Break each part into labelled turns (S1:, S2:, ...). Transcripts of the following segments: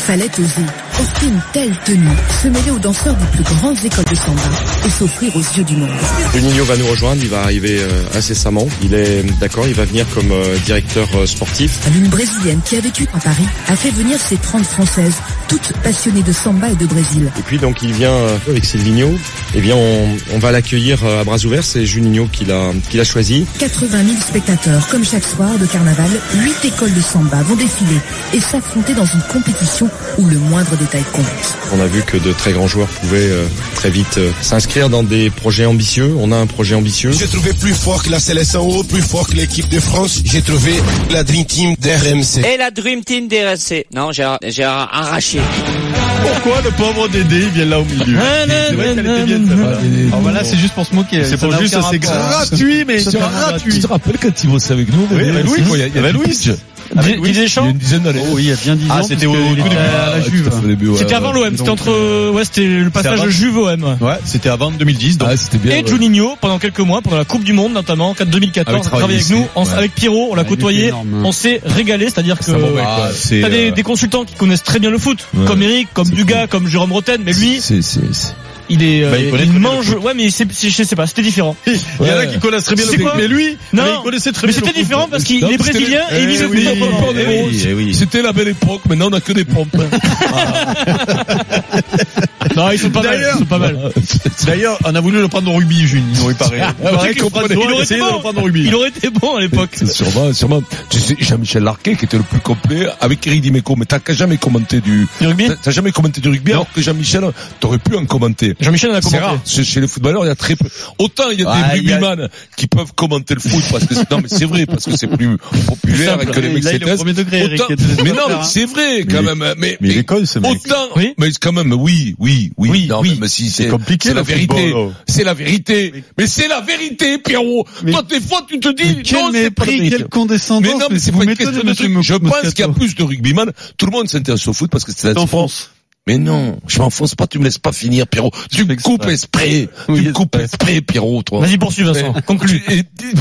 S1: fallait oser, porter une telle tenue, se mêler aux danseurs des plus grandes écoles de samba et s'offrir aux yeux du monde.
S2: Juninho va nous rejoindre, il va arriver euh, incessamment. Il est d'accord, il va venir comme euh, directeur euh, sportif.
S1: Une Brésilienne qui a vécu à Paris a fait venir ses 30 Françaises, toutes passionnées de samba et de Brésil.
S2: Et puis donc il vient euh, avec Silvino. Eh bien on, on va l'accueillir euh, à bras ouverts. C'est Juninho qui l'a qui l'a choisi.
S1: 80 000 spectateurs, comme chaque soir de carnaval, 8 écoles de samba vont défiler et s'affronter dans une compétition où le moindre détail compte.
S2: On a vu que de très grands joueurs pouvaient euh, très vite euh, s'inscrire dans des projets ambitieux. On a un projet ambitieux.
S3: J'ai trouvé plus fort que la sélection ou plus fort que l'équipe de France. J'ai trouvé la Dream Team d'RMC.
S4: Et la Dream Team DRC. Non, j'ai j'ai arraché.
S5: Pourquoi le pauvre Dédé il vient là au
S4: Hein,
S5: milieu C'est vrai qu'elle était bien, celle-là. Alors
S4: bah,
S5: voilà, c'est juste pour se moquer. C'est pour juste, c'est gratuit, mais c'est gratuit.
S6: rappelles quand il bossait avec nous
S5: Oui, il y avait Louis, il y a- il y avait Louis.
S6: Avec Louis,
S7: Didier
S6: Il
S7: Deschamps
S6: y a une dizaine d'années. Ah,
S7: Oh oui, il y a bien 10 ans.
S5: Ah, c'était au
S7: parce qu'il
S5: coup du-
S7: était à la Juve.
S4: C'était avant l'OM, c'était entre euh, ouais, c'était le passage
S5: avant.
S4: de Juve au OM.
S5: Ouais, c'était avant 2010. Donc
S6: Ah, c'était bien.
S4: Et
S6: ouais.
S4: Juninho pendant quelques mois pendant la Coupe du monde notamment en 2014,
S6: Avec
S4: a travaillé avec
S6: Traoré,
S4: nous, on s-
S6: ouais.
S4: avec Pierrot, on l'a
S7: Ouais, il était
S4: côtoyé,
S7: énorme.
S4: on s'est régalé, c'est-à-dire que
S6: Ça m'en va,
S4: Ah,
S6: quoi.
S5: c'est
S4: T'as des,
S5: euh,
S4: des consultants qui connaissent très bien le foot,
S6: Ouais.
S4: comme Eric, comme
S6: C'est
S4: Dugas, comme Jérôme Roten, mais lui,
S6: C'est, c'est, c'est.
S4: il est, euh,
S5: Bah, il connaît
S4: il
S5: très bien le
S4: mange, ouais, mais c'est, c'est- je sais pas, c'était différent.
S5: il y en a qui connaissent très bien
S4: C'est
S5: le foot,
S4: quoi
S5: mais lui,
S4: Non.
S5: mais il connaissait très
S4: Mais
S5: bien. le
S4: c'était
S5: foot.
S4: différent parce qu'il
S6: Non,
S4: est
S6: c'était-
S4: brésilien et il vise le
S6: oui,
S4: foot en
S6: eh oui, eh oui. C'était la belle époque, maintenant on a que des pompes.
S4: Non, ils sont pas mal, ils sont pas mal.
S5: D'ailleurs, on a voulu le prendre au rugby, June. Il aurait paré. Il
S4: Tu sais
S5: aurait
S4: qu'il aurait été bon.
S5: essayé de le prendre au rugby.
S4: Il aurait été bon à l'époque.
S6: C'est sûrement, sûrement. Tu sais, Jean-Michel Larquet, qui était le plus complet, avec Eric Dimeco, mais t'as jamais commenté du,
S4: Du rugby?
S6: t'as t'as jamais commenté du rugby, alors que Jean-Michel, t'aurais pu en commenter.
S4: Jean-Michel en a
S6: C'est
S4: commenté.
S6: rare. Chez, chez les footballeurs, il y a très peu. Autant il y a
S7: Ah, Ouais,
S6: des
S7: il y a-
S6: rugbyman qui peuvent commenter le foot parce que c'est- non mais c'est vrai parce que c'est plus populaire et que les mecs
S7: Là, il est au
S6: s'intéressent.
S7: premier degré, Eric.
S6: Autant- mais non,
S7: hein.
S6: mais c'est vrai quand même. Mais,
S8: Mais il est con, ce mec.
S6: autant,
S4: Oui.
S6: mais quand même, oui, oui, oui.
S4: Oui,
S6: non,
S4: oui.
S6: mais- mais si, c'est
S8: compliqué,
S6: C'est la
S8: le
S6: vérité.
S8: football, là.
S6: C'est la vérité. Mais c'est la vérité, Pierrot.
S7: Mais-
S6: Toi, des fois, tu te dis,
S7: Mais
S6: non,
S7: quel
S6: c'est pas la
S7: mépris,
S6: vérité.
S7: quelle condescendance.
S6: Mais non, mais c'est
S7: vous
S6: pas une
S7: m'étonnez,
S6: question de
S7: monsieur
S6: truc. Je
S7: Moscato.
S6: pense qu'il y a plus de rugbyman. Tout le monde s'intéresse au foot parce que c'est la
S7: en France.
S6: mais non, je m'enfonce pas, tu me laisses pas finir, Pierrot. Tu me coupes esprit.
S7: Oui,
S6: Tu me coupes
S7: exprès.
S6: esprit, Pierrot, toi.
S4: Vas-y, poursuis, Vincent.
S6: Conclu.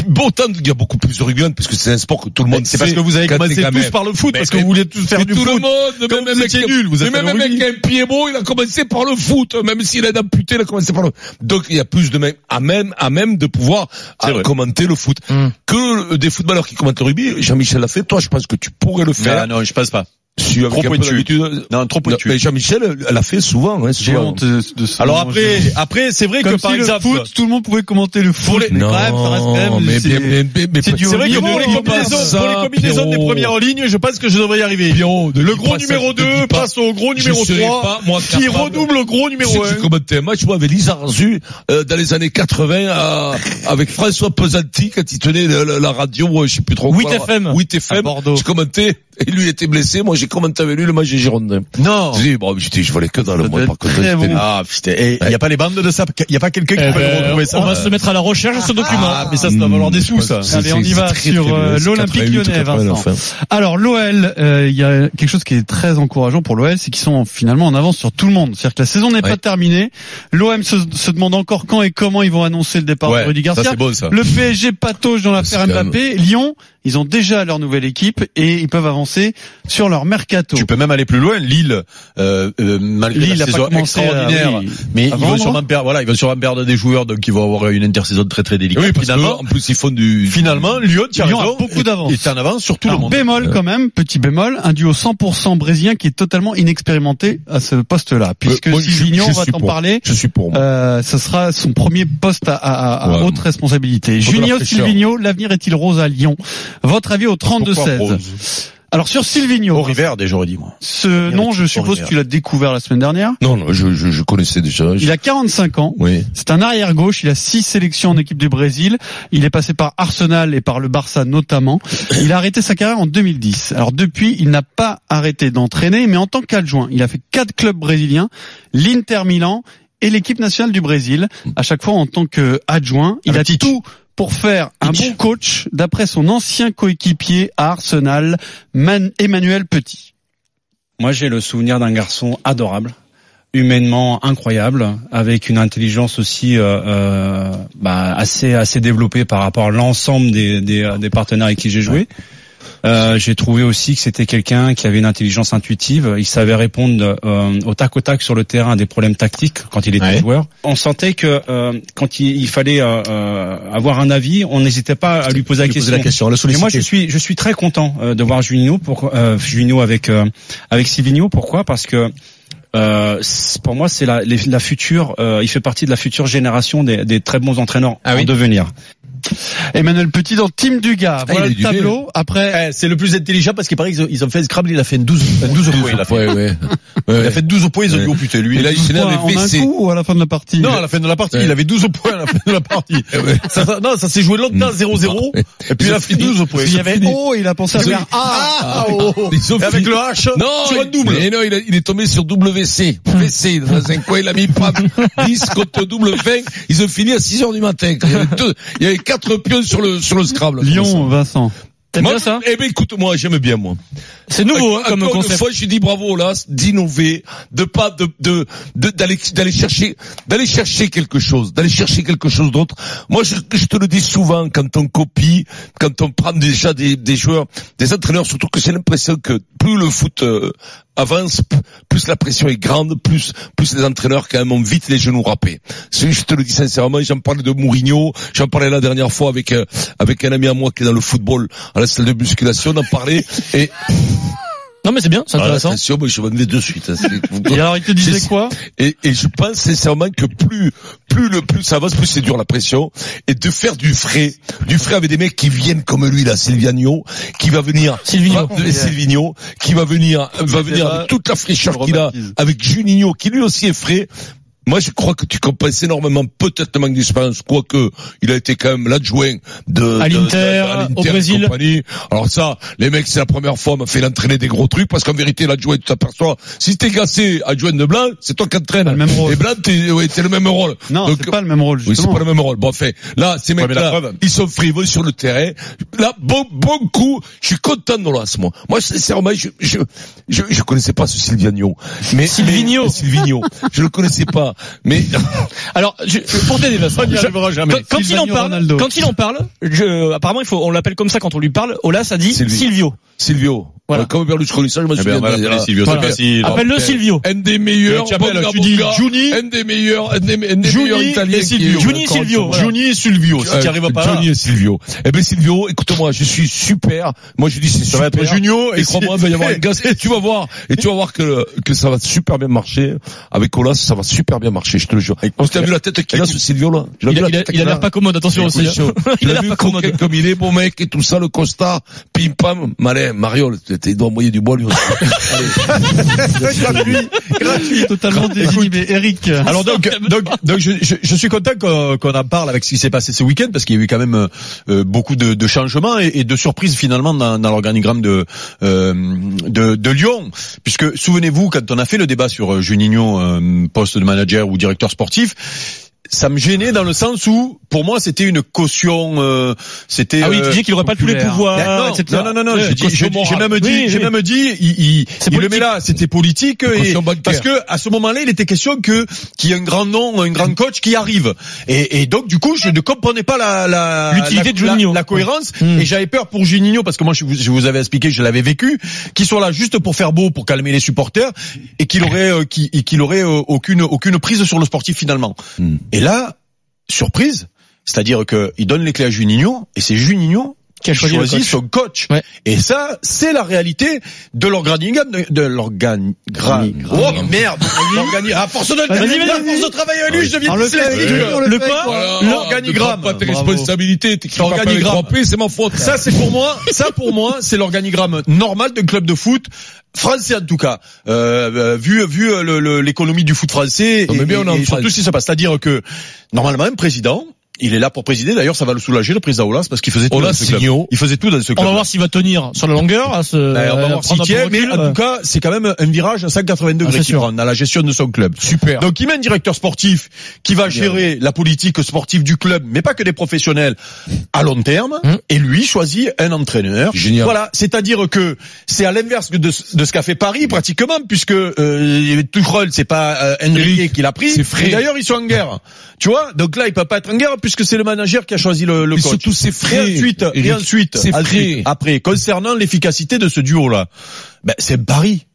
S6: Bon temps, il y a beaucoup plus de rugby puisque c'est un sport que tout le monde
S5: C'est
S6: sait.
S5: parce que vous avez
S6: quand
S5: commencé
S6: t'es gamin.
S5: tous par le foot,
S6: Mais-
S5: parce que
S6: mais-
S5: vous voulez tous faire
S6: Mais
S5: du
S6: tout le
S5: foot.
S6: monde,
S5: Quand
S6: même
S5: vous
S6: un mec
S5: étiez
S6: qui-
S5: nuls, vous
S6: mais
S5: êtes
S6: même
S5: allés
S6: un
S5: au
S6: mec
S5: rugby.
S6: qui a un pied bon, il a commencé par le foot, même s'il est amputé, il a commencé par le. Donc il y a plus de mecs à même à même de pouvoir
S5: C'est
S6: euh,
S5: vrai. Hmm.
S6: commenter le foot que euh, des footballeurs qui commentent le rugby. Jean-Michel l'a fait. Toi, je pense que tu pourrais le
S5: Mais, ah,
S6: faire.
S5: non, je passe pas.
S6: Si, avec
S5: Trop
S6: un peu
S5: pointu.
S6: d'habitude.
S5: Non, trop
S6: Non,
S5: pointu.
S6: mais Jean-Michel l'a fait souvent. hein,
S7: J'ai
S6: souvent.
S7: honte de ça.
S5: Alors après, après, c'est vrai que
S7: Comme
S5: par
S7: si le
S5: exemple.
S7: foot, tout le monde pouvait commenter le foot. mais
S6: Non,
S7: quand même, ça reste quand même,
S6: mais,
S7: c'est-
S6: bien- mais, mais, mais-
S7: c'est du
S5: C'est vrai que
S7: Niveau,
S5: pour les
S7: on
S5: combinaisons,
S7: passe
S5: pour les combinaisons des premières lignes, je pense que je devrais y arriver. le gros
S6: passe,
S5: numéro
S6: ça, je te
S5: 2
S6: dis pas.
S5: passe au gros
S6: Je
S5: numéro
S6: serai
S5: 3,
S6: pas, moi,
S5: qui
S6: capable.
S5: redouble au gros
S6: Si
S5: numéro 1.
S6: tu commentais un match, moi, avec Lizarzu, euh, dans les années 80, à- avec François Pesanti, quand il tenait le- le- la radio, euh, je sais plus trop
S4: 8
S6: quoi.
S4: FM.
S6: 8
S7: À
S6: FM.
S7: Bordeaux.
S6: Je commentais, et lui était blessé, moi, j'ai commenté avec lui le match des Girondins.
S5: Non.
S6: Je dis, bon, j'étais, je volais que dans le
S7: Oh. Ça
S6: monde,
S7: doit
S6: par
S7: être
S6: contre,
S7: très
S6: j'étais
S7: bon.
S6: nul.
S5: Ah, putain. Et il n'y a pas les bandes de ça. Il n'y a pas quelqu'un qui
S4: Eh
S5: peut
S4: ben,
S5: le retrouver ça.
S4: on va se mettre à la recherche de ce document.
S5: Ah, mais ça, ça doit valoir des sous, ça.
S6: C'est-
S7: Allez, on y
S6: c'est
S7: va
S6: très,
S7: sur,
S6: très
S7: euh,
S6: bien. C'est
S7: l'Olympique
S6: 88,
S7: Lyonnais,
S6: 89,
S7: Vincent.
S6: enfin.
S7: Alors l'OL, euh, il y a quelque chose qui est très encourageant pour l'OL, c'est qu'ils sont finalement en avance sur tout le monde. C'est-à-dire que la saison n'est pas
S6: Ouais.
S7: terminée. L'OM se, se demande encore quand et comment ils vont annoncer le départ de Rudy
S5: ça
S7: Garcia.
S5: c'est beau ça.
S7: Le PSG patauge dans l'affaire
S6: C'est quand même-
S7: Mbappé. Lyon, ils ont déjà leur nouvelle équipe et ils peuvent avancer sur leur mercato.
S5: Tu peux même aller plus loin. Lille, euh, euh, malgré
S7: Lille
S5: la
S7: a pas
S5: saison
S7: commencé à-
S5: extraordinaire,
S7: oui.
S5: mais
S7: à
S5: ils vont
S7: vendre.
S6: hein.
S5: sûrement perdre. Voilà, ils vont sûrement perdre des joueurs, donc ils vont avoir une intersaison très très délicate.
S6: Oui, parce
S5: finalement,
S6: que, en plus, ils font du...
S5: finalement, Ah, Lyon, tu as
S7: Lyon a
S5: raison,
S7: beaucoup
S5: est-
S7: d'avance.
S5: Est en avance sur tout le
S7: Alors,
S5: monde.
S7: bémol quand même, petit bémol, un duo 100% brésilien qui est totalement inexpérimenté à ce poste-là, puisque
S6: Euh, moi, je-
S7: Silvignon,
S6: je
S7: on va
S6: suis
S7: t'en
S6: pour.
S7: parler,
S6: Je suis pour, moi.
S7: euh, ce sera son premier poste à, à- à
S6: Ouais.
S7: haute responsabilité.
S6: Faut de la
S7: Junio
S6: fraîcheur.
S7: Silvigno, l'avenir est-il rose à Lyon Votre avis au
S6: Pourquoi
S7: 32-16
S6: Rose
S7: Alors sur
S5: Au
S7: Silvigno,
S5: River, déjà, j'aurais dit, moi.
S7: ce nom, je suppose que tu l'as découvert la semaine dernière.
S6: Non, non, je, je, je connaissais déjà. je-
S7: Il a 45 ans.
S6: Oui.
S7: C'est un arrière-gauche, il a six sélections en équipe du Brésil, il est passé par Arsenal et par le Barça notamment. Il a arrêté sa carrière en 2010. Alors depuis, il n'a pas arrêté d'entraîner, mais en tant qu'adjoint, il a fait quatre clubs brésiliens, l'Inter Milan et l'équipe nationale du Brésil, à chaque fois en tant qu'adjoint. Il a tout pour faire un bon coach, d'après son ancien coéquipier à Arsenal, Man- Emmanuel Petit.
S9: Moi, j'ai le souvenir d'un garçon adorable, humainement incroyable, avec une intelligence aussi euh, euh, bah, assez assez développée par rapport à l'ensemble des, des, euh, des partenaires avec qui j'ai joué. Euh, j'ai trouvé aussi que c'était quelqu'un qui avait une intelligence intuitive. Il savait répondre euh, au tac au tac sur le terrain à des problèmes tactiques quand il était
S3: Ouais.
S9: joueur. On sentait que euh, quand il, il fallait euh, euh, avoir un avis, on n'hésitait pas à lui poser la
S3: Lui poser
S9: question.
S3: la question, le
S9: Et
S3: solliciter.
S9: moi, je suis, je suis très content euh, de voir Juninho, pour, euh, Juninho avec euh, avec Silvino. Pourquoi Parce que euh, c'est- pour moi, c'est la, les- la future. euh, il fait partie de la future génération des, des très bons entraîneurs
S5: Ah
S9: en
S5: oui.
S9: devenir.
S7: Emmanuel Petit dans Team Dugas. Voilà
S6: Ah, il est
S7: le
S6: du
S7: tableau. Après,
S8: Eh, c'est le plus intelligent parce qu'il paraît qu'ils ont- ils ont fait Scrabble, il a fait 12, euh, 12 points. Il a fait,
S6: Ouais, ouais.
S8: il a fait 12 points, ils ont dit,
S6: Ouais.
S8: oh putain, lui.
S6: Et là, il s'est
S7: quoi,
S6: avec
S7: en un
S6: VC.
S7: coup ou à la fin de la partie
S8: Non, à la fin de la partie,
S6: Ouais.
S8: il avait 12 points à la fin de la partie.
S6: ouais.
S8: ça, ça- non, ça s'est joué longtemps, 0-0. Et puis il a fait 12 points.
S7: il y avait oh, il a pensé à faire
S8: Ah, oh, oh.
S6: Ils ont
S8: Et avec
S6: fini.
S8: le H,
S6: Non,
S8: sur un
S6: il-
S8: double. Hum.
S6: mais non, il, a- il est tombé sur WC. WC, dans un coin, il a mis pas 10 contre double 20. Ils ont fini à 6 heures du matin. Il y avait deux, il y avait quatre pions sur le, sur le Scrabble.
S7: Lyon, Vincent.
S6: Moi, Eh ben, écoute, moi, j'aime bien, moi.
S5: C'est nouveau hein,
S6: Encore
S5: comme
S6: Une
S5: concept.
S6: fois, je dis bravo là, d'innover, de pas de de de- d'aller d'aller chercher d'aller chercher quelque chose, d'aller chercher quelque chose d'autre. Moi, je, je te le dis souvent quand on copie, quand on prend déjà des des joueurs, des entraîneurs, surtout que j'ai l'impression que plus le foot euh, avance, p- plus la pression est grande, plus plus les entraîneurs quand même ont vite les genoux râpés. C'est- Je te le dis sincèrement, j'en parlais de Mourinho, j'en parlais la dernière fois avec euh, avec un ami à moi qui est dans le football à la salle de musculation, on en parlait et
S5: Non mais c'est bien, c'est
S6: ah,
S5: intéressant.
S6: attention, moi je vendais de suite. hein, c'est-
S7: Et alors, il te disait
S6: C'est-
S7: quoi
S6: et, et je pense sincèrement que plus plus le plus ça avance, plus c'est dur la pression. Et de faire du frais, du frais avec des mecs qui viennent comme lui là, Silviano, qui va venir,
S5: Silvinho.
S6: va- euh, Silvinho, qui va venir, va venir avec toute la fraîcheur qu'il a,
S7: rebaptise.
S6: avec Juninho, qui lui aussi est frais. Moi, je crois que tu compenses énormément, peut-être le manque d'expérience, quoique il a été quand même l'adjoint de
S5: À
S6: de-
S8: Euh,
S5: l'Inter,
S6: à
S7: Ah,
S5: au
S6: et
S5: Brésil.
S6: compagnie. Alors ça, les mecs, c'est la première fois, on m'a fait l'entraîner des gros trucs, parce qu'en vérité, l'adjoint, tu t'aperçois, si t'es gassé adjoint de Blanc, c'est toi qui entraînes.
S7: Pas le même rôle.
S6: Et Blanc, t'es ouais, t'es le même rôle.
S7: Non,
S6: Donc,
S7: c'est pas le même rôle
S6: oui, c'est
S7: justement.
S6: pas le même rôle. Bon, enfin, là, ces
S8: mais la
S6: mecs-là,
S8: preuve-
S6: ils sont frivoles sur le terrain. Là, bon, bon coup, je suis content de l'as, moi. Moi, sincèrement, je, je, je, je connaissais pas ce Silvino. Mais,
S5: Silvinho.
S6: mais- Silvino. je le connaissais pas. Mais,
S5: Alors je, pour t'aider Vincent, je- quand, quand il en
S7: Silvano
S5: parle,
S7: Ronaldo.
S5: quand il en parle, je, euh, apparemment il faut, on l'appelle comme ça quand on lui parle. Olas a dit
S6: Silvi.
S5: Silvio.
S6: Silvio.
S5: Voilà.
S6: euh, Comme Berlusconi, ça, je me
S8: Eh ben,
S6: souviens.
S8: on va
S6: de-
S8: l'appeler Silvio,
S5: Voilà.
S8: c'est facile.
S5: Appelle-le Silvio.
S6: Un des meilleurs,
S8: Tu appelles,
S6: Bonga
S8: tu dis
S6: Bonga,
S8: Juni.
S6: un des meilleurs, un des, un des
S8: Juni
S6: meilleurs
S8: et
S6: italiens. qui-
S8: Silvio.
S5: Juni,
S6: Quand-
S5: Silvio, voilà.
S8: Juni et Silvio, si tu arrives pas là.
S6: Euh, Johnny et Silvio. Eh ben Silvio, écoute-moi, je suis super. Moi je dis c'est
S8: Ça
S6: super.
S8: va être Junio
S6: Et
S8: et
S6: crois-moi, il va y avoir une gaz. Et tu vas voir, et tu vas voir que que ça va super bien marcher avec Colas, ça va super bien marcher, je te le jure. Parce que t'as vu la tête qu'il a ce Silvio là Tu l'as
S5: Il
S6: vu
S5: a
S6: la
S5: il a-
S6: tête
S5: il a
S6: qu'il
S5: l'air pas commode, attention aussi. hein.
S6: tu
S5: Il a
S6: l'as
S5: l'air
S6: vu
S5: pas
S6: coquet
S5: commode.
S6: comme il est, beau mec et tout ça, le constat, pim pam, malin, Mariol, il doit envoyer du bois lui aussi.
S7: Gratuit, totalement désinhibé. Eric.
S8: Alors donc, donc, donc je, je, je suis content qu'on qu'on en parle avec ce qui s'est passé ce week-end parce qu'il y a eu quand même euh, beaucoup de, de changements et, et de surprises finalement dans, dans l'organigramme de, euh, de de Lyon. Puisque souvenez-vous quand on a fait le débat sur euh, Juninho euh, poste de manager ou directeur sportif. Ça me gênait dans le sens où, pour moi, c'était une caution. euh, c'était.
S5: Ah oui, tu
S8: euh,
S5: disais qu'il aurait pas tous les
S7: populaire.
S5: pouvoirs,
S8: non,
S5: etc.
S8: non, non, non,
S5: Ouais,
S8: j'ai dit-
S5: costaud
S8: j'ai j'ai
S5: moral.
S8: même dit,
S5: Oui,
S8: j'ai
S5: oui.
S8: même dit, il, il,
S5: C'est
S8: il le
S5: politique.
S8: met là, c'était politique, et,
S6: Caution bancaire.
S8: parce que à ce moment-là, il était question que qu'il y ait un grand nom, un grand coach qui arrive, et, et donc du coup, je ne comprenais pas la la
S5: L'utilité
S8: la-
S5: de Juninho.
S8: la, la cohérence,
S5: Mm.
S8: et j'avais peur pour Juninho parce que moi, je vous, je vous avais expliqué, je l'avais vécu, qu'il soit là juste pour faire beau, pour calmer les supporters, et qu'il aurait euh, qu'il et qu'il aurait euh, aucune aucune prise sur le sportif finalement.
S6: Mm.
S8: Et là, surprise. C'est-à-dire que il donne les clés à Juninho et c'est Juninho
S5: Qui a choisi le
S8: choisit
S5: coach.
S8: son coach.
S5: Ouais.
S8: Et ça, c'est la réalité de l'organigramme, de, de l'organigramme. Oh merde, l'organigramme. À force de,
S5: Vas-y, vas-y,
S8: à force de travailler à lui, je deviens dyslexique.
S5: Le quoi
S6: Voilà,
S8: L'organigramme.
S6: ne prends Pas tes
S8: Bravo.
S6: responsabilités, t'es
S8: L'organigramme.
S6: c'est ma faute.
S8: Ça, c'est pour moi. Ça, pour moi, c'est l'organigramme normal d'un club de foot français en tout cas. Euh, euh, vu vu euh, le- le- l'économie du foot français
S6: Non, mais
S8: et,
S6: bien, on est en
S8: et surtout
S6: France.
S8: ce qui se passe, c'est-à-dire que normalement, un président. Il est là pour présider. D'ailleurs, ça va le soulager, le président Olas, parce qu'il faisait tout
S6: Olas,
S8: dans ce club.
S6: Signo.
S8: Il faisait tout dans ce
S5: On
S8: club.
S5: va voir s'il va tenir sur la longueur. à ce-
S8: Ben, on va
S5: à
S8: voir si
S5: prendre un peu de
S8: mais euh,
S5: recul.
S8: en tout cas, c'est quand même un virage à 180 degrés
S5: c'est
S8: qui
S5: sûr.
S8: prend dans la gestion de son club.
S6: Super.
S8: Donc il met un directeur sportif qui va gérer la politique sportive du club, mais pas que des professionnels, à long terme, et lui choisit un entraîneur.
S6: Hmm. Génial.
S8: Voilà, c'est-à-dire que c'est à l'inverse de, de ce qu'a fait
S6: Hmm.
S8: Paris pratiquement, puisque euh, Tuchel, c'est pas euh, Enrique qui l'a pris.
S6: c'est frais.
S8: Et D'ailleurs, ils sont en guerre. Tu vois, donc là, il peut pas être en guerre puisque c'est le manager qui a choisi le, le
S6: Et
S8: coach.
S6: surtout, c'est frais.
S8: Et ensuite, et
S6: Eric,
S8: ensuite,
S6: c'est
S8: ensuite,
S6: frais.
S8: après, concernant l'efficacité de ce duo-là, ben, c'est Paris.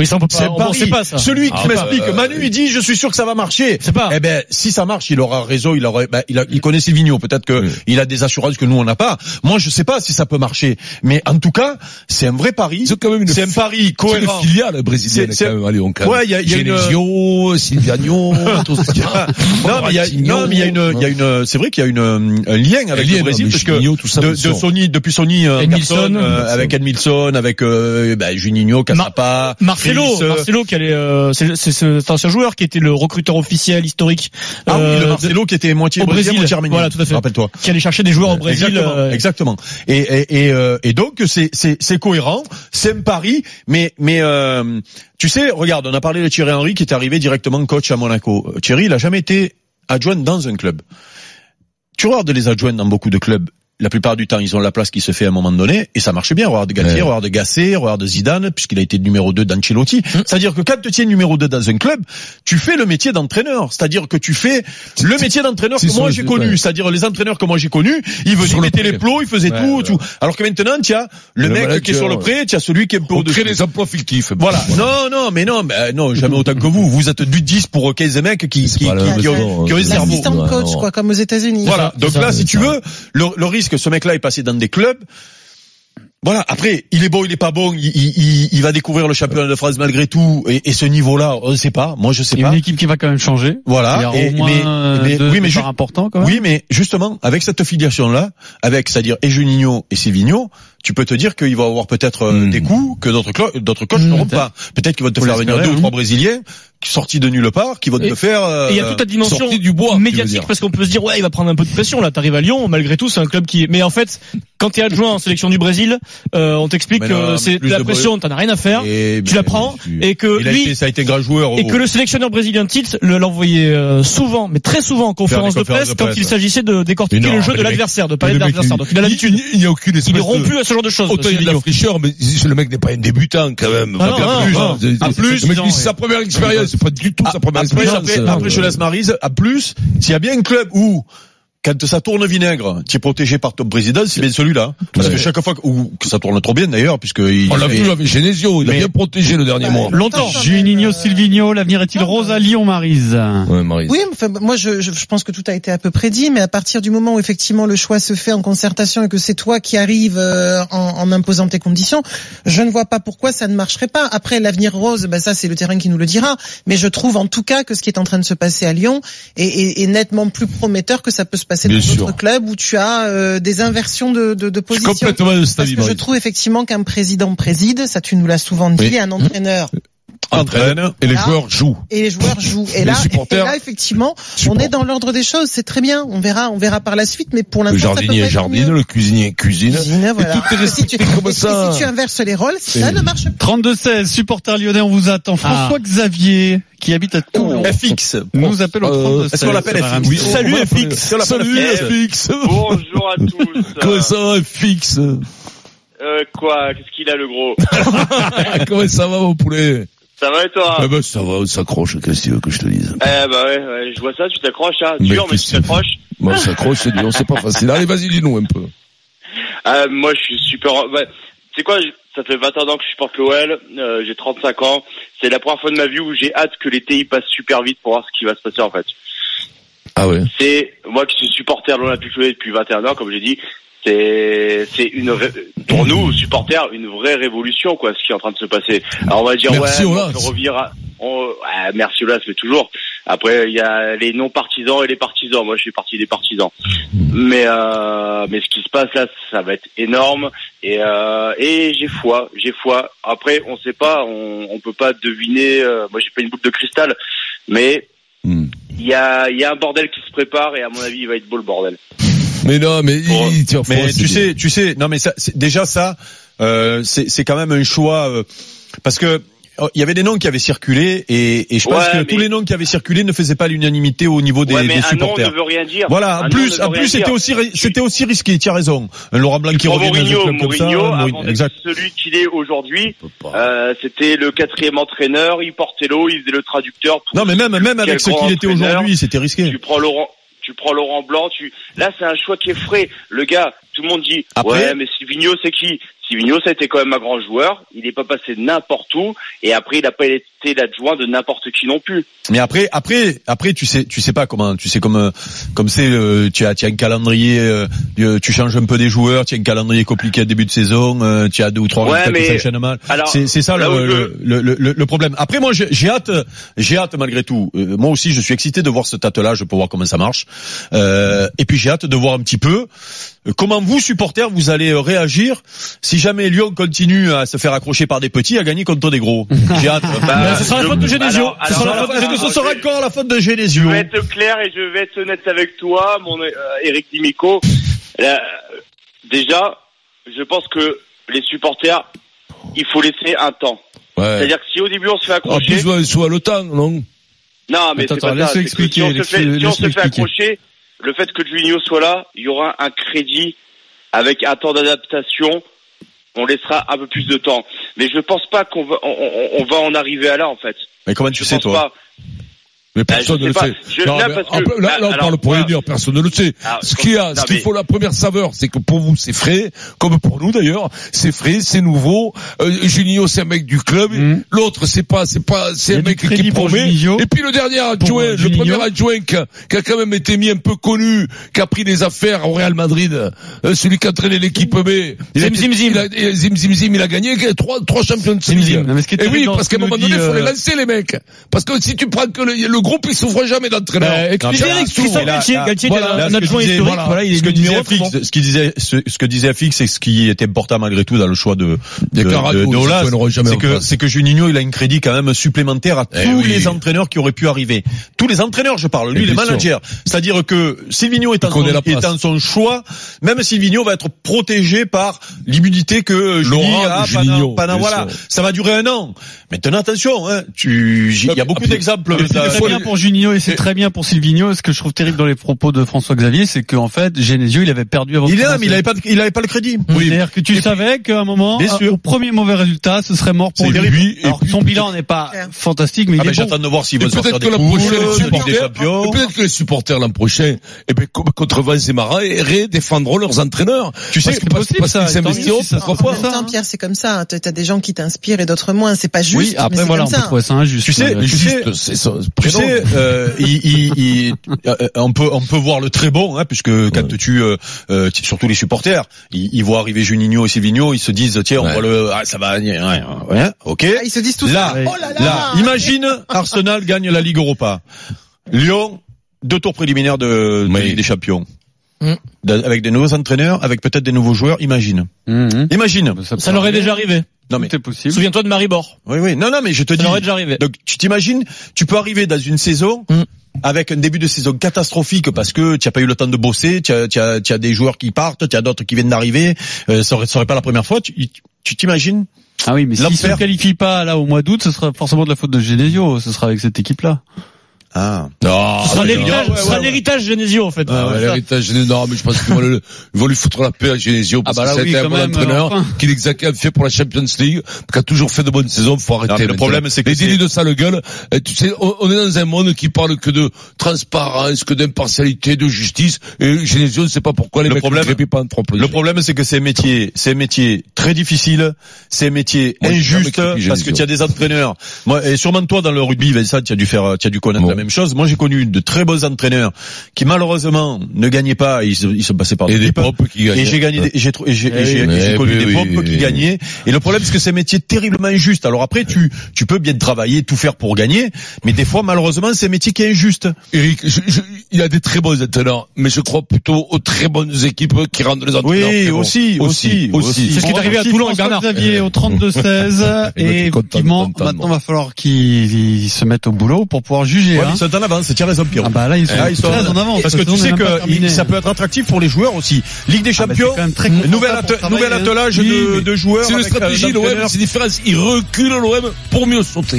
S10: Oui, ça on peut pas.
S8: C'est
S10: on- on
S8: Paris.
S10: sait pas ça.
S8: Celui
S6: Ah,
S8: qui
S6: bah,
S8: m'explique,
S6: euh,
S8: Manu, il dit, je suis sûr que ça va marcher.
S10: C'est pas.
S8: Eh ben, si ça marche, il aura raison, il aura, ben, il, a- il connaît Silvino. Peut-être que il a des assurances que nous on n'a pas. Moi, je sais pas si ça peut marcher, mais en tout cas, c'est un vrai pari.
S6: Ils ont quand même une
S8: C'est un pari
S6: C'est une
S8: cohérent.
S6: filiale brésilienne
S8: C'est- c'est-
S6: quand même. Allez, on calme.
S8: Ouais, il y a- il y a une-
S6: Genesio, Silviano, tout ça.
S8: Non, mais il y a, non, mais il y a une, il y a une, c'est vrai qu'il y a une, euh, un lien avec
S6: Un lien,
S8: le Brésil,
S6: non, mais
S8: parce que
S6: Juninho, tout ça,
S8: de,
S6: bien
S8: de
S6: sûr.
S8: Sony, depuis Sony, euh,
S10: Edmilson.
S8: Carson, euh, avec Edmilson, avec euh, bah, Juninho, Cassapa,
S5: Marcelo,
S8: Luis, euh,
S5: Marcelo qui allait, euh, c'est c'est cet ancien joueur qui était le recruteur officiel historique
S8: ah oui,
S5: euh,
S8: le
S5: de-
S8: Marcelo qui était moitié
S5: au
S8: brésilien,
S5: Brésil.
S8: moitié arménien.
S5: Voilà, tout à fait.
S8: Rappelle-toi.
S5: qui allait chercher des joueurs au Brésil.
S8: Exactement,
S5: euh,
S8: exactement. Et et et, euh, et donc c'est c'est c'est cohérent, c'est un pari, mais mais euh, tu sais, regarde, on a parlé de Thierry Henry qui est arrivé directement coach à Monaco. Euh, Thierry, il a jamais été adjoint dans un club. Tu regardes les adjoints dans beaucoup de clubs. La plupart du temps, ils ont la place qui se fait à un moment donné, et ça marche bien. Regarde Galtier,
S6: Ouais.
S8: regarde Gasset, regarde Zidane, puisqu'il a été numéro 2 d'Ancelotti.
S6: Hum.
S8: C'est-à-dire que quand tu es numéro 2 dans un club, tu fais le métier d'entraîneur. C'est-à-dire que tu fais le métier d'entraîneur que
S6: C'est sur
S8: moi
S6: le-
S8: j'ai connu.
S6: ouais.
S8: C'est-à-dire les entraîneurs que moi j'ai connus, ils venaient, ils
S6: le
S8: mettaient
S6: pré.
S8: les plots, ils faisaient
S6: Ouais,
S8: tout,
S6: ouais.
S8: tout. Alors que maintenant, tu as le,
S6: Le
S8: mec
S6: manager,
S8: qui est sur le prêt, tu as celui qui est un peu
S6: On crée
S8: au-dessus.
S6: des emplois fictifs.
S8: Voilà. Non, non, mais non, mais, euh, non, jamais autant que vous. Vous êtes du 10 pour 15 mecs qui, qui, qui,
S6: pas la même
S8: qui ont,
S6: chose,
S8: qui ont un
S6: euh,
S8: cerveau.
S6: l'assistant
S9: Assistant coach, quoi, comme aux États-Unis.
S8: Voilà. Donc
S6: ça,
S8: là,
S6: c'est
S8: si tu
S6: ça.
S8: veux, le, le risque, ce mec-là est passé dans des clubs. Voilà. Après, il est bon, il est pas bon. Il, il, il- il va découvrir le championnat de France malgré tout. Et, et ce niveau-là, on ne sait pas. Moi, je sais
S7: Il y a
S5: Ah.
S8: pas.
S7: une équipe qui va quand même changer. Il y
S8: Voilà.
S7: aura
S8: Et-
S7: au moins
S8: mais, mais-
S7: deux
S8: oui, mais
S7: départs
S8: ju-
S7: importants quand même.
S8: oui, mais justement, avec cette filiation-là, avec, c'est-à-dire et Juninho et Silvino, tu peux te dire qu'il va avoir peut-être euh,
S6: Mm.
S8: des coups que d'autres clo- d'autres coachs n'auront pas. Peut-être qu'ils vont te
S7: Hmm. Faut
S8: faire venir
S7: l'espérer,
S8: deux ou trois
S7: hein.
S8: Brésiliens qui sortis de nulle part, qui vont
S5: Et-
S8: te faire. euh,
S5: Et il y a toute la dimension
S6: Sorti du bois, tu veux
S5: médiatique
S6: dire.
S5: parce qu'on peut se dire ouais il va prendre un peu de pression là t'arrives à Lyon malgré tout c'est un club qui mais en fait quand t'es adjoint en sélection du Brésil euh, on t'explique
S8: Mais non,
S5: que
S8: mais
S5: c'est
S8: plus
S5: la
S8: de
S5: pression t'en as rien à faire
S6: Eh
S8: et-
S6: ben,
S5: tu la prends
S8: tu-
S5: et que
S8: il a été-
S5: lui
S8: ça a été un grand joueur.
S5: et
S8: au-
S5: que le sélectionneur brésilien Tite le- l'envoyait euh, souvent mais très souvent en conférence de
S8: conférences
S5: presse
S8: de
S5: quand
S8: presse,
S5: il
S8: ouais.
S5: s'agissait de décortiquer
S6: Mais non,
S5: le jeu
S6: mais
S5: de
S6: le mec-
S5: l'adversaire de parler de
S6: Le mec,
S5: l'adversaire donc il a l'habitude
S6: il- Il n'y a aucune espèce
S5: il est
S6: de-
S5: rompu à ce genre de choses
S6: Autant il y a de
S5: Silvino.
S6: la fraîcheur, mais le mec n'est pas un débutant quand même.
S5: Ah non,
S6: Enfin,
S5: non,
S6: plus,
S5: non.
S6: c'est- c'est-
S5: En plus,
S6: le mec,
S5: non, ouais.
S6: lui,
S5: Ah,
S6: c'est sa première expérience, c'est pas du tout sa première
S8: Après,
S6: expérience. hein.
S8: après, après, je laisse Marise. À plus, s'il y a bien un club où quand ça tourne vinaigre, tu es protégé par ton président, c'est bien celui-là. Parce que
S6: Ouais.
S8: chaque fois que, ou que ça tourne trop bien d'ailleurs, puisque il
S6: On l'a
S8: fait-
S6: vu avec Genesio, il a
S8: Mais-
S6: bien protégé le
S5: Bah,
S6: dernier mois.
S9: Longtemps. euh,
S7: Juninho, Silvino, l'avenir est-il rose à Lyon-Marise
S6: Ouais, Marie.
S9: Oui, mais enfin, moi je, je, je pense que tout a été à peu près dit, mais à partir du moment où effectivement le choix se fait en concertation et que c'est toi qui arrives euh, en, en imposant tes conditions, je ne vois pas pourquoi ça ne marcherait pas. Après l'avenir rose, bah ça c'est le terrain qui nous le dira, mais je trouve en tout cas que ce qui est en train de se passer à Lyon est, est- est nettement plus prometteur que ça peut se passer
S6: Bien
S9: dans d'autres
S6: sûr.
S9: clubs où tu as euh, des inversions de, de, de
S6: Je suis
S9: position.
S6: complètement de cet
S9: Parce
S6: avis,
S9: que je
S6: Marie.
S9: trouve effectivement qu'un président préside, ça tu nous l'as souvent dit,
S6: Oui.
S5: Mmh.
S9: un entraîneur
S6: Entraîne, et les
S9: Voilà.
S6: joueurs jouent.
S9: et les joueurs jouent. Et
S6: Les
S9: là, et
S6: supporters-
S9: là effectivement, on
S6: Supporters.
S9: est dans l'ordre des choses, c'est très bien. On verra, on verra par la suite, mais pour
S6: Le
S9: l'instant, ça peut pas
S6: jardinier
S9: être
S6: jardine,
S9: mieux.
S6: le cuisinier cuisine.
S9: Cuisine, voilà.
S6: tout est
S9: Et si tu,
S6: respecté comme
S9: et si-
S6: ça.
S9: et si tu inverses les rôles, ça ne marche pas. Ah.
S7: 32-16, supporter lyonnais, on vous attend. François Xavier, qui habite à Toulon,
S8: FX.
S7: nous appelle au
S6: Euh,
S7: 32-16.
S8: Est-ce qu'on l'appelle
S7: sur RMC.
S8: FX
S6: Oui, on va l'appeler.
S8: Salut
S6: Salut,
S8: FX.
S6: FX!
S11: Bonjour à tous.
S6: Comment ça, FX?
S11: Euh, quoi Qu'est-ce qu'il a le gros
S6: Ah, Comment ça va, mon poulet?
S11: Ça va et toi
S6: Ah ben, ça va, on s'accroche, qu'est-ce que tu veux que je te dise?
S11: Eh bah ouais, ouais, je vois ça, tu t'accroches, hein.
S6: Mais
S11: Dur, mais tu
S6: qu'est-ce que-
S11: t'accroches.
S6: Bon, on s'accroche, c'est dur, c'est pas facile. Allez, vas-y, dis-nous un peu.
S11: Ah, moi, je suis super... ouais. Tu sais quoi je- Ça fait 21 ans que je supporte l'OL, euh, j'ai 35 ans. C'est la première fois de ma vie où j'ai hâte que l'été, il passe super vite pour voir ce qui va se passer, en fait.
S6: Ah ouais.
S11: C'est... Moi qui suis supporter de l'Olympique Lyonnais depuis 21 ans, comme j'ai dit, c'est... C'est une... ré- Pour nous, supporters, une vraie révolution, quoi, ce qui est en train de se passer. Alors, on va dire,
S6: Merci,
S11: ouais,
S6: Olas.
S11: on peut revenir à... on- ouais, merci, Olas, mais toujours... Après, il y a les non-partisans et les partisans. Moi, je suis parti des partisans. Mais euh, mais ce qui se passe là, ça va être énorme. Et euh, et j'ai foi, j'ai foi. Après, on sait pas, on on peut pas deviner. euh, moi, j'ai pas une boule de cristal, mais
S6: Hmm.
S11: il y a il y a un bordel qui se prépare et à mon avis, il va être beau le bordel.
S6: Mais non, mais
S8: Bon,
S6: il, il tire froid,
S8: Mais
S6: c'est
S8: tu
S6: bien.
S8: sais, tu sais, non mais ça, c'est- déjà ça, euh, c'est c'est quand même un choix euh, parce que oh, il y avait des noms qui avaient circulé et, et je pense
S11: Ouais,
S8: que
S11: mais-
S8: tous les noms qui avaient circulé ne faisaient pas l'unanimité au niveau des,
S11: ouais, mais
S8: des
S11: un nom
S8: supporters.
S11: ne veut rien dire.
S8: Voilà,
S11: Un
S8: en
S11: nom ne
S8: plus,
S11: veut
S8: en
S11: rien
S8: plus, c'était
S11: dire.
S8: aussi, ri- c'était aussi risqué. Tu as raison. Un Laurent Blanc qui
S11: Prends
S8: revient dans un
S11: Mourinho,
S8: club comme ça.
S11: Mourinho,
S8: Mourinho,
S11: avant d'être
S8: exact.
S11: celui qu'il est aujourd'hui, euh, c'était le quatrième entraîneur, il portait l'eau, il faisait le traducteur. pour
S8: Non, mais même, même
S11: Quel
S8: avec ce
S11: grand
S8: qu'il était
S11: entraîneur.
S8: aujourd'hui, c'était risqué.
S11: Tu prends Laurent,
S12: tu prends Laurent Blanc, tu là c'est un choix qui est frais. Le gars, tout le monde dit
S5: Après-
S12: ouais, mais Silvino c'est qui Silvino ça a été quand même un grand joueur. Il n'est pas passé n'importe où et après il n'a pas été l'adjoint de n'importe qui non plus.
S5: Mais après, après, après, tu sais, tu sais pas comment, tu sais comme, euh, comme c'est, euh, tu as, tu as un calendrier, euh, euh, tu changes un peu des joueurs, tu as un calendrier compliqué à début de saison, euh, tu as deux ou trois
S12: Ouais,
S5: résultats qui
S12: mais-
S5: s'enchaînent mal.
S12: alors,
S5: C'est, c'est ça
S12: là
S5: Euh, le,
S12: où je-
S5: le, le- le- le problème. Après, moi, j'ai- j'ai hâte, euh, j'ai hâte malgré tout. euh, moi aussi, je suis excité de voir ce tâtelage pour voir comment ça marche. Euh, et puis, j'ai hâte de voir un petit peu euh, comment vous, supporters, vous allez euh, réagir si jamais Lyon continue à se faire accrocher par des petits, à gagner contre des gros. J'ai hâte.
S12: Bah,
S13: ce sera la
S12: je-
S13: faute de Genesio.
S12: alors-
S13: Ce sera la
S12: alors-
S13: faute de Genesio.
S12: alors,
S5: Ce sera
S12: je-
S5: encore la faute de
S12: Je
S5: Genesio.
S12: vais être clair et je vais être honnête avec toi, mon euh, Eric Dimico. Là, euh, déjà, je pense que les supporters, il faut laisser un temps.
S6: Ouais.
S12: C'est-à-dire que si au début
S8: Ah,
S12: on se fait
S6: En
S12: accrocher,
S6: plus, ouais, soit l'OTAN,
S12: non
S6: non
S12: mais
S9: Attends,
S12: c'est pas
S9: attends,
S12: ça.
S9: laisse-le
S12: c'est que Si on se
S9: expliquer,
S12: fait, si on se
S9: laisse-le
S12: fait
S9: expliquer.
S12: accrocher, le fait que Juninho soit là, il y aura un crédit avec un temps d'adaptation. On laissera un peu plus de temps, mais je pense pas qu'on va, on, on- on va en arriver à là en fait.
S5: Mais comment tu
S12: Je
S5: sais,
S12: pense
S5: toi
S12: pas.
S6: Mais
S12: Bah,
S6: personne
S12: je
S6: ne le
S12: sais pas.
S6: sait.
S12: Je-
S6: Non,
S12: là,
S6: mais
S12: parce
S6: en
S12: que-
S6: pl- là,
S12: ah,
S6: là, on
S12: alors,
S6: parle pour
S12: moi-
S6: rien dire, personne ne le sait.
S12: Ah,
S6: ce qu'il y a,
S12: non,
S6: ce qu'il
S12: mais-
S6: faut la première saveur, c'est que pour vous c'est frais, comme pour nous d'ailleurs, c'est frais, c'est nouveau. Euh, Juninho c'est un mec du club,
S7: Mhm.
S6: l'autre c'est pas, c'est pas,
S7: Il y
S6: c'est
S7: a
S6: un
S7: du
S6: mec
S7: crédit
S6: qui
S7: pour
S6: promet.
S7: Juninho.
S6: Et puis le dernier
S7: Pour,
S6: adjoint,
S7: euh,
S6: le premier
S7: Juninho.
S6: adjoint qui a, qui a quand même été mis un peu connu, qui a pris des affaires au Real Madrid, euh, celui qui a traîné l'équipe B. Il a-
S13: Zim, zim, zim.
S6: il a- il a- zim, zim, zim, il a gagné trois, trois champions de
S7: Zim, zim. Non, mais ce qui
S6: Et
S7: est terrible
S6: Eh oui,
S7: dans
S6: parce
S7: ce que
S6: qu'à un
S7: nous
S6: moment donné, il
S7: dit,
S6: faut les
S7: euh,
S6: lancer les mecs. Parce que si tu prends que le, le groupe, il s'ouvre jamais d'entraîneur.
S7: Ben,
S13: Bah, expliquez Eric, Christophe
S5: là,
S13: Galtier,
S5: là,
S13: Galtier
S5: voilà,
S13: était
S5: là,
S13: un
S5: ce que
S13: adjoint
S5: disait-
S13: historique,
S5: voilà,
S13: voilà, il est
S5: ce que disait
S13: numéro
S5: Fix,
S13: trois.
S5: ce qui disait ce, ce que disait Fix et ce qui était important malgré tout dans le choix de
S6: Il y
S5: de,
S6: a qu'un radio,
S5: de- de
S6: ça
S5: Aulas,
S6: tournera jamais
S5: c'est
S6: en
S5: que
S6: face.
S5: c'est que Juninho il a une crédit quand même supplémentaire à
S6: Eh
S5: tous
S6: oui.
S5: les entraîneurs qui auraient pu arriver. Tous les entraîneurs, je parle, lui
S6: Et
S5: les
S6: bien sûr.
S5: managers. C'est-à-dire que Silvino est en,
S6: Il
S5: son,
S6: connaît la place.
S5: est en son choix, même Silvino va être protégé par l'immunité que
S6: Laurent
S5: Juninho a
S6: de
S5: pendant-
S6: Juninho,
S5: pendant-
S6: bien
S5: voilà,
S6: sûr.
S5: ça va durer un an. Maintenant attention hein, tu il y a beaucoup
S6: Après-
S5: d'exemples
S6: après-
S5: dans-
S7: C'est très bien pour Juninho
S5: Eh.
S7: et c'est très bien pour Silvino. Et ce que je trouve terrible dans les propos de François Xavier, c'est qu'en fait, Genesio, il avait perdu avant.
S5: Il
S7: de
S5: est là, mais
S7: commencer.
S5: il avait pas, de- il avait pas le crédit.
S7: C'est-à-dire que tu savais qu'à un moment,
S5: Bien
S7: un-
S5: sûr.
S7: au premier mauvais résultat, ce serait mort pour
S5: C'est
S7: lui.
S5: terrible.
S7: Alors que son bilan n'est pas
S14: Claire.
S7: fantastique, mais
S5: Ah
S7: il
S5: ben,
S7: est bon.
S5: j'attends de voir s'ils
S6: Et
S5: vont
S6: peut-être
S5: sortir
S6: que
S5: des
S6: la
S5: poules,
S8: Euh,
S6: prochaine, les
S5: des Ligues des
S6: supporters,
S5: champions.
S6: et peut-être que les supporters l'an prochain, eh ben, co- contre Vence et Marat, eh, redéfendront leurs entraîneurs.
S5: Tu sais,
S6: parce que,
S7: c'est
S6: parce,
S7: possible,
S6: parce
S7: ça,
S6: qu'ils
S7: et tant
S6: s'investiront,
S7: mieux si ça-
S6: pourquoi
S14: En
S6: pas.
S14: même temps, Pierre, c'est comme ça. T'as t'as des gens qui t'inspirent et d'autres moins. C'est
S5: bah,
S14: pas juste.
S7: oui, après
S14: mais
S7: voilà, on
S14: c'est
S7: peut
S14: comme ça.
S7: trouver ça injuste.
S5: Tu sais,
S7: Euh,
S5: tu sais,
S6: Juste, c'est ça,
S5: tu
S6: prénom.
S5: sais, euh, il- il- il- euh, on peut on peut voir le très bon, hein, puisque quand tu euh, euh, tu- surtout les supporters, ils, ils voient arriver Juninho et Silvino, ils se disent tiens on
S6: Ouais.
S5: voit le ah, ça va, ouais, ouais, ouais, ok.
S14: Ah, Ils se disent tous.
S5: Là,
S14: Oh là là.
S5: là, imagine Arsenal gagne la Ligue Europa, Lyon deux tours préliminaires de, de
S6: Oui.
S5: Ligue des champions,
S9: Mmh.
S14: Mm.
S5: Da- avec des nouveaux entraîneurs, avec peut-être des nouveaux joueurs, imagine,
S7: Mhm.
S5: imagine.
S13: Ça leur est déjà arrivé.
S5: Non mais
S7: Tout est possible.
S13: Souviens-toi de Maribor.
S5: oui oui, non non mais je te
S13: Ça
S5: dis.
S13: leur est déjà arrivé.
S5: Donc tu t'imagines, tu peux arriver dans une saison
S13: Mm.
S5: avec un début de saison catastrophique parce que tu n'as pas eu le temps de bosser, tu as, tu as- tu as des joueurs qui partent, tu as d'autres qui viennent d'arriver, euh, ça aurait, ça aurait pas la première fois. Tu tu t'imagines
S7: Ah oui, mais s'ils se
S5: L'Ampère.
S7: qualifient pas là au mois d'août, ce sera forcément de la faute de Genesio. Ce sera avec cette équipe-là.
S5: Ah.
S6: Non,
S13: Ce sera
S6: mais
S13: l'héritage,
S6: non, ouais,
S13: ce sera
S6: ouais, ouais.
S13: l'héritage Genesio, en fait.
S6: Ah ouais, l'héritage, non, mais je pense qu'ils vont, le- ils vont lui foutre la paix à Genesio parce
S7: Ah bah là,
S6: que
S7: oui,
S6: c'était un
S7: quand
S6: bon
S7: même,
S6: entraîneur
S7: enfin.
S6: qui l'exacte fait pour la Champions League, qui a toujours fait de bonnes saisons, faut arrêter.
S5: Non, mais le
S6: maintenant.
S5: problème, c'est que
S6: les
S5: c'est-
S6: délits de sale gueule. eh, Tu sais, on, on est dans un monde qui parle que de transparence, que d'impartialité, de justice. Et Genesio, ne sait pas pourquoi les
S5: Le
S6: mecs
S5: problème-
S6: ne crépient pas en trop
S5: Le problème c'est que c'est un métier, c'est un métier très difficile, c'est un métier
S6: Moi, j'ai jamais
S5: injuste
S6: critiqué
S5: parce
S6: Genesio.
S5: que tu as des entraîneurs. Moi et sûrement toi dans le rugby, Vincent, tu as dû faire tu as dû connaître
S6: Bon.
S5: la même chose. Moi j'ai connu de très bons entraîneurs qui malheureusement ne gagnaient pas, ils, se- ils se passaient par
S6: Et des
S5: équipes.
S6: propres qui gagnent.
S5: Et j'ai gagné, des- j'ai trou- et j'ai-
S6: Eh
S5: et j'ai-
S6: oui,
S5: et j'ai
S6: mais
S5: connu
S6: oui,
S5: des
S6: oui,
S5: pauvres
S6: oui,
S5: qui
S6: oui.
S5: gagnaient. Et le problème, c'est que c'est un métier terriblement injuste. Alors après, tu, tu peux bien travailler, tout faire pour gagner, mais des fois, malheureusement, c'est un métier qui est injuste.
S6: Eric, je- je- il y a des très bons entraîneurs, mais je crois plutôt aux très bonnes équipes qui rendent les entraîneurs. très bons.
S5: aussi,
S6: aussi, aussi.
S13: C'est ce qui est arrivé à
S7: Merci
S13: Toulon avec
S7: François
S13: Bernard.
S7: Xavier au 32-16.
S6: Et moi, je suis
S7: et
S6: content,
S7: effectivement,
S6: content,
S7: maintenant,
S6: moi.
S7: va falloir qu'ils ils se mettent au boulot pour pouvoir juger.
S5: Ouais,
S7: hein.
S5: ils sont en avance, c'est tiens les hommes, Pierrot.
S7: Ah bah là, ils sont,
S5: Ah, ils sont-
S7: très en avance.
S5: Parce que tu
S7: sinon, on
S5: sais
S7: est même pas
S5: que
S7: terminé.
S5: il- ça peut être attractif pour les joueurs aussi. Ligue des
S7: Ah bah, c'est
S5: champions,
S7: quand même très confortable
S5: nouvel,
S7: pour
S5: atte-
S7: travailler,
S5: nouvel
S7: hein.
S5: attelage
S7: Oui,
S5: de,
S7: mais-
S5: de joueurs.
S6: C'est une
S5: avec, euh,
S6: stratégie, l'OM,
S5: d'entraîneurs.
S6: c'est différent. Il recule l'OM pour mieux sauter.